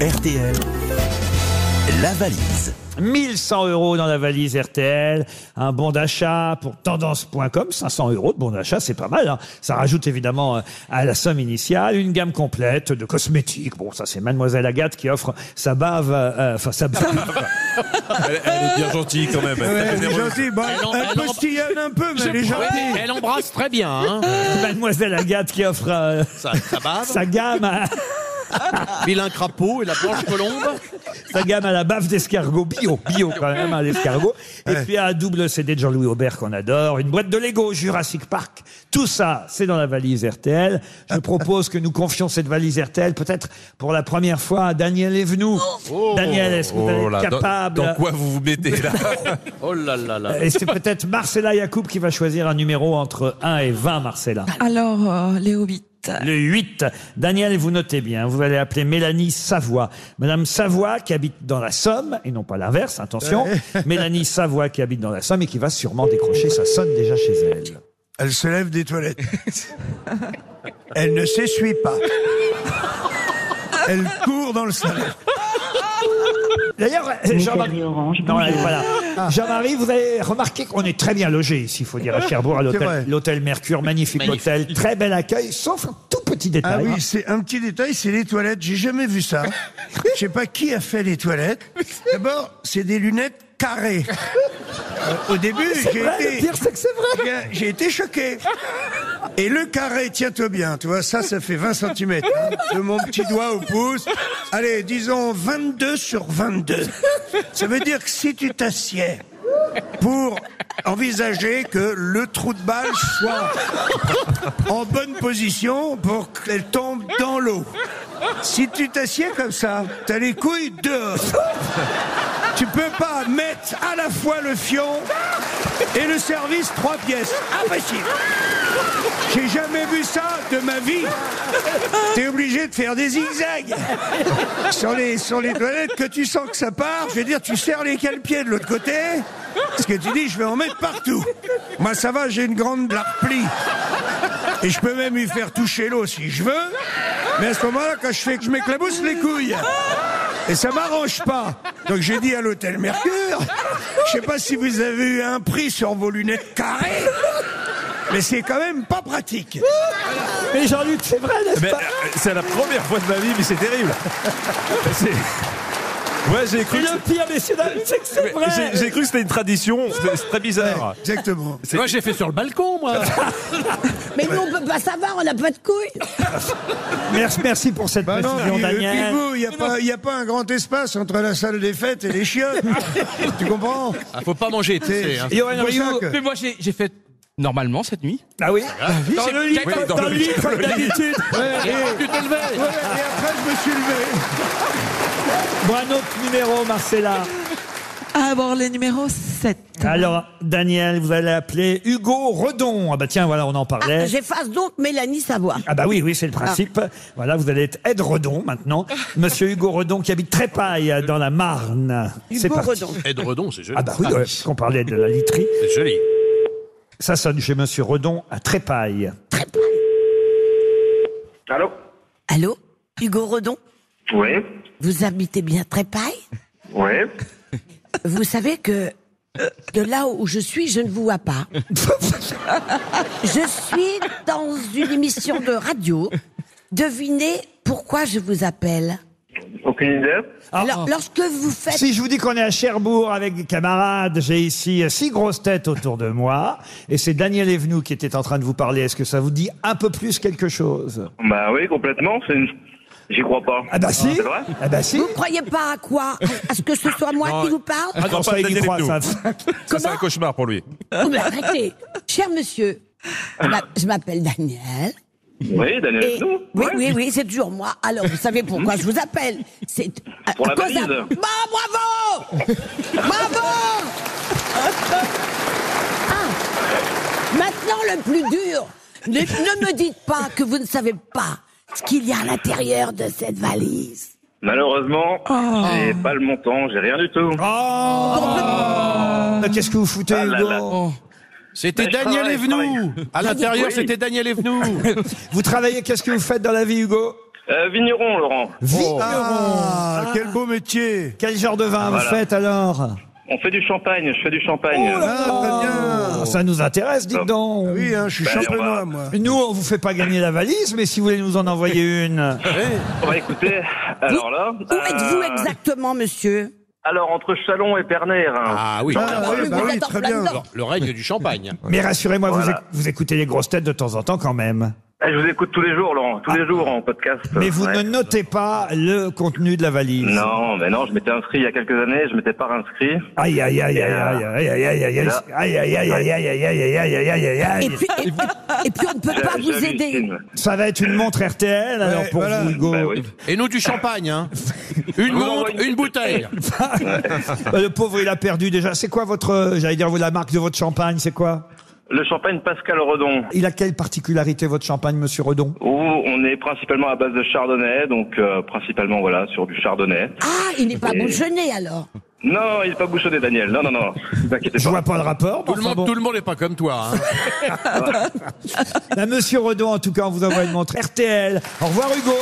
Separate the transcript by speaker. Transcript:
Speaker 1: RTL, la valise.
Speaker 2: 1100 euros dans la valise RTL, un bon d'achat pour tendance.com, 500 euros de bon d'achat, c'est pas mal. hein. Ça rajoute évidemment euh, à la somme initiale une gamme complète de cosmétiques. Bon, ça c'est Mademoiselle Agathe qui offre sa bave, euh, euh, enfin sa
Speaker 3: Ah,
Speaker 2: bave.
Speaker 4: Elle, elle est bien gentille quand même.
Speaker 3: Ouais,
Speaker 4: Elle est
Speaker 3: elle est
Speaker 4: généreuse.
Speaker 3: gentille. Bon,
Speaker 5: Elle en-
Speaker 3: bah, elle
Speaker 5: elle en-
Speaker 3: postillonne un peu, mais elle est gentille.
Speaker 5: Ah Elle embrasse très bien. Hein.
Speaker 2: Mademoiselle Agathe qui offre euh,
Speaker 5: Ça, ça bave.
Speaker 2: sa gamme, à,
Speaker 5: Vilain crapaud et la blanche colombe.
Speaker 2: sa gamme à la bave d'escargot bio, bio quand même, à l'escargot. Et puis un double CD de Jean-Louis Aubert qu'on adore, une boîte de Lego Jurassic Park. Tout ça, c'est dans la valise RTL. Je propose que nous confions cette valise RTL peut-être pour la première fois à Daniel Evenou. Daniel, est-ce que vous
Speaker 4: Oh
Speaker 2: allez
Speaker 4: là,
Speaker 2: être
Speaker 4: dans-
Speaker 2: capable
Speaker 4: Dans, quoi vous vous mettez là
Speaker 5: Oh là là là.
Speaker 2: Et c'est peut-être Marcella Yacoub qui va choisir un numéro entre 1 et 20, Marcella.
Speaker 6: Alors, euh, Léo 8.
Speaker 2: Le 8. Daniel, vous notez bien. Vous allez appeler Mélanie Savoie. Madame Savoie qui habite dans la Somme, et non pas l'inverse, attention. Mélanie Savoie qui habite dans la Somme et qui va sûrement décrocher. Ça sonne déjà chez elle.
Speaker 3: Elle se lève des toilettes. Elle ne s'essuie pas. Elle court dans le salon.
Speaker 2: D'ailleurs, euh, Jean-Marie. Non, elle est pas là. Jean-Marie, vous avez remarqué qu'on est très bien logé ici, il faut dire, à Cherbourg, à
Speaker 3: vrai.
Speaker 2: l'hôtel- l'hôtel Mercure, magnifique,
Speaker 5: Magnifique.
Speaker 2: hôtel, très bel accueil, sauf un tout petit
Speaker 3: Ah
Speaker 2: détail.
Speaker 3: oui, c'est un petit détail, c'est les toilettes. J'ai jamais vu ça. Je sais pas qui a fait les toilettes. D'abord, c'est des lunettes carrées. Euh, Au début, j'ai
Speaker 2: Ouais,
Speaker 3: été...
Speaker 2: Ah, le pire, c'est que c'est vrai.
Speaker 3: Eh Bien, J'ai été choqué. Et le carré, tiens-toi bien, tu vois, ça, ça fait 20 cm. de mon petit doigt au pouce. Allez, disons 22 sur 22. Ça veut dire que si tu t'assieds pour envisager que le trou de balle soit en bonne position pour qu'elle tombe dans l'eau. Si tu t'assieds comme ça, t'as les couilles dehors. Tu peux pas mettre à la fois le fion et le service trois pièces. Impossible. J'ai jamais vu ça de ma vie. T'es obligé de faire des zigzags. Sur les, sur les toilettes, que tu sens que ça part, je veux dire, tu serres les cale-pieds de l'autre côté. Parce que tu dis, je vais en mettre partout. Moi, ça va, j'ai une grande la replie. Et je peux même lui faire toucher l'eau si je veux. Mais à ce moment-là, quand je fais que je m'éclabousse les couilles. Et ça m'arrange pas. Donc j'ai dit à l'hôtel Mercure, je sais pas si vous avez eu un prix sur vos lunettes carrées, mais c'est quand même pas pratique.
Speaker 2: Mais Jean-Luc, c'est vrai, n'est-ce
Speaker 4: Mais, euh,
Speaker 2: pas
Speaker 4: C'est la première fois de ma vie, mais c'est terrible. C'est- Ouais, j'ai
Speaker 2: Et
Speaker 4: cru. que
Speaker 2: le pire, messieurs, dames, c'est que c'est vrai.
Speaker 4: J'ai j'ai cru que c'était une tradition, c'est c'est très bizarre.
Speaker 3: Exactement.
Speaker 5: Moi j'ai fait sur le balcon moi.
Speaker 7: Mais nous, on peut pas savoir, on n'a pas de couilles.
Speaker 2: Merci, merci pour cette
Speaker 3: Bah non,
Speaker 2: précision,
Speaker 3: puis-
Speaker 2: Daniel.
Speaker 3: puis vous, il n'y a, pas- y a pas un grand espace entre la salle des fêtes et les chiottes. tu comprends
Speaker 5: Ah, Faut pas manger. tu sais, hein.
Speaker 2: Johan
Speaker 3: C'est pour ça
Speaker 2: Rioux.
Speaker 3: que-
Speaker 5: Mais moi j'ai j'ai fait normalement cette nuit.
Speaker 2: Ah oui Dans
Speaker 5: c'est-
Speaker 2: le lit,
Speaker 5: Oui,
Speaker 2: comme-
Speaker 4: dans
Speaker 2: dans
Speaker 4: le
Speaker 2: le
Speaker 4: lit,
Speaker 2: lit, comme d'habitude.
Speaker 5: Et alors, tu t'es levé.
Speaker 3: Ouais, et après, je me suis levé.
Speaker 2: Bon, un autre numéro, Marcella.
Speaker 6: Alors, les numéros 7.
Speaker 2: Alors, Daniel, vous allez appeler Hugo Redon. Ah bah tiens, voilà, on en parlait.
Speaker 7: Ah, J'efface donc Mélanie Savoie.
Speaker 2: Ah bah oui, oui, c'est le principe. Voilà, vous allez être Ed Redon maintenant. Monsieur Hugo Redon qui habite Trépaille dans la Marne. C'est
Speaker 7: Hugo
Speaker 2: parti.
Speaker 7: Redon.
Speaker 5: Aide Redon, c'est joli.
Speaker 2: Ah bah oui, ouais, puisqu'on parlait de la literie.
Speaker 5: C'est joli.
Speaker 2: Ça sonne chez Monsieur Redon à Trépaille.
Speaker 8: Allô
Speaker 7: Allô Hugo Redon
Speaker 8: Oui,
Speaker 7: Vous habitez bien Trépaille
Speaker 8: oui.
Speaker 7: Vous savez que euh, de là où je suis, je ne vous vois pas. je suis dans une émission de radio. Devinez pourquoi je vous appelle.
Speaker 8: Aucune idée
Speaker 2: Ah,
Speaker 7: Alors, lorsque vous faites...
Speaker 2: Si je vous dis qu'on est à Cherbourg avec des camarades, j'ai ici euh, six grosses têtes autour de moi, et c'est Daniel Evenou qui était en train de vous parler. Est-ce que ça vous dit un peu plus quelque chose
Speaker 8: Bah oui, complètement. c'est Une... J'y crois pas.
Speaker 2: Ah bah si
Speaker 8: C'est vrai
Speaker 2: Ah bah si
Speaker 7: Vous croyez pas à quoi À- À ce que ce soit moi qui vous parle
Speaker 4: Ah non,
Speaker 2: ça,
Speaker 4: pas
Speaker 2: il y
Speaker 4: Daniel
Speaker 2: croit,
Speaker 4: Evenou.
Speaker 2: ça.
Speaker 4: Ça, c'est un cauchemar pour lui.
Speaker 7: Oh, mais arrêtez Cher monsieur, je m'a- je m'appelle Daniel.
Speaker 8: Oui, Daniel,
Speaker 7: Et-
Speaker 8: nous
Speaker 7: oui,
Speaker 8: ouais.
Speaker 7: oui, oui, c'est toujours moi. Alors, vous savez pourquoi je vous appelle C'est à-
Speaker 8: Pour
Speaker 7: à
Speaker 8: la
Speaker 7: cause
Speaker 8: valise.
Speaker 7: d'un- Bah, bravo Bravo Ah, Maintenant, le plus dur. Ne, ne me dites pas que vous ne savez pas ce qu'il y a à l'intérieur de cette valise.
Speaker 8: Malheureusement, j'ai pas le montant, j'ai rien du tout.
Speaker 2: Oh Qu'est-ce que vous foutez,
Speaker 8: Ah là
Speaker 2: Hugo
Speaker 8: là.
Speaker 5: C'était
Speaker 8: Bah, je
Speaker 5: Daniel
Speaker 8: travaille, je
Speaker 5: Evenou. À l'intérieur
Speaker 8: Oui.
Speaker 5: c'était Daniel Evenou.
Speaker 2: Vous travaillez, qu'est-ce que vous faites dans la vie, Hugo
Speaker 8: Euh, vigneron, Laurent.
Speaker 2: Vigneron
Speaker 3: Ah, quel beau métier
Speaker 2: Quel genre de vin
Speaker 8: Voilà.
Speaker 2: vous faites alors
Speaker 8: On fait du champagne, je fais du champagne.
Speaker 3: Ah, très bien
Speaker 8: Oh.
Speaker 2: Ah, Ça nous intéresse, dites
Speaker 8: Non.
Speaker 2: donc.
Speaker 3: Oui, hein, je suis
Speaker 8: Bah, allez, on
Speaker 3: champenois,
Speaker 8: va-
Speaker 3: moi.
Speaker 2: Nous, on vous fait pas gagner la valise, mais si vous voulez nous en envoyer une.
Speaker 8: Bah, écoutez, alors là...
Speaker 7: Où êtes-vous
Speaker 8: euh,
Speaker 7: exactement, monsieur
Speaker 8: Alors, entre Chalon et hein. Perner.
Speaker 5: Ah oui.
Speaker 3: Ah,
Speaker 7: Ah,
Speaker 3: oui,
Speaker 7: oui,
Speaker 3: bah
Speaker 7: vous
Speaker 3: oui,
Speaker 7: êtes en
Speaker 3: très
Speaker 7: plein
Speaker 3: bien.
Speaker 7: dedans.
Speaker 5: Le règne du champagne.
Speaker 2: Mais rassurez-moi, vous,
Speaker 8: Voilà.
Speaker 2: éc- vous écoutez les grosses têtes de temps en temps quand même.
Speaker 8: Eh, Je vous écoute tous les jours, Laurent, tous les jours en podcast.
Speaker 2: Mais vous
Speaker 8: Ouais.
Speaker 2: ne notez pas le contenu de la valise.
Speaker 8: Non, mais non, je m'étais inscrit il y a quelques années, je m'étais pas réinscrit.
Speaker 2: Aïe, aïe, aïe, aïe, aïe, aïe, aïe, aïe,
Speaker 8: Là.
Speaker 2: aïe, aïe, aïe, aïe, aïe, aïe, aïe, aïe, aïe, aïe, aïe, aïe.
Speaker 7: et puis, et, et puis on ne peut
Speaker 8: J'a-
Speaker 7: pas vous aider.
Speaker 8: j'hallucine.
Speaker 2: Ça va être une montre RTL, alors pour
Speaker 3: voilà.
Speaker 2: vous, Hugo.
Speaker 8: Bah oui.
Speaker 5: Et nous, du champagne, hein. Une
Speaker 8: vous
Speaker 5: montre,
Speaker 8: envoie une-
Speaker 5: une bouteille.
Speaker 2: Bah, Le pauvre, il a perdu déjà. C'est quoi votre, euh, j'allais dire, vous, la marque de votre champagne, c'est quoi
Speaker 8: Le champagne Pascal Redon.
Speaker 2: Il a quelle particularité, votre champagne, monsieur Redon
Speaker 8: Où on est principalement à base de chardonnay, donc euh, principalement voilà sur du chardonnay.
Speaker 7: Ah, il n'est pas
Speaker 8: Et-
Speaker 7: bouchonné alors.
Speaker 8: Non, il est pas bouchonné, Daniel. Non, non, non. Ne vous inquiétez
Speaker 2: Je
Speaker 8: pas.
Speaker 2: vois pas le rapport. mais
Speaker 5: Tout le,
Speaker 2: enfin
Speaker 5: monde,
Speaker 2: bon.
Speaker 5: tout le monde est pas comme toi. Hein.
Speaker 2: Bah, monsieur Redon, en tout cas, on vous envoie une montre RTL. Au revoir, Hugo.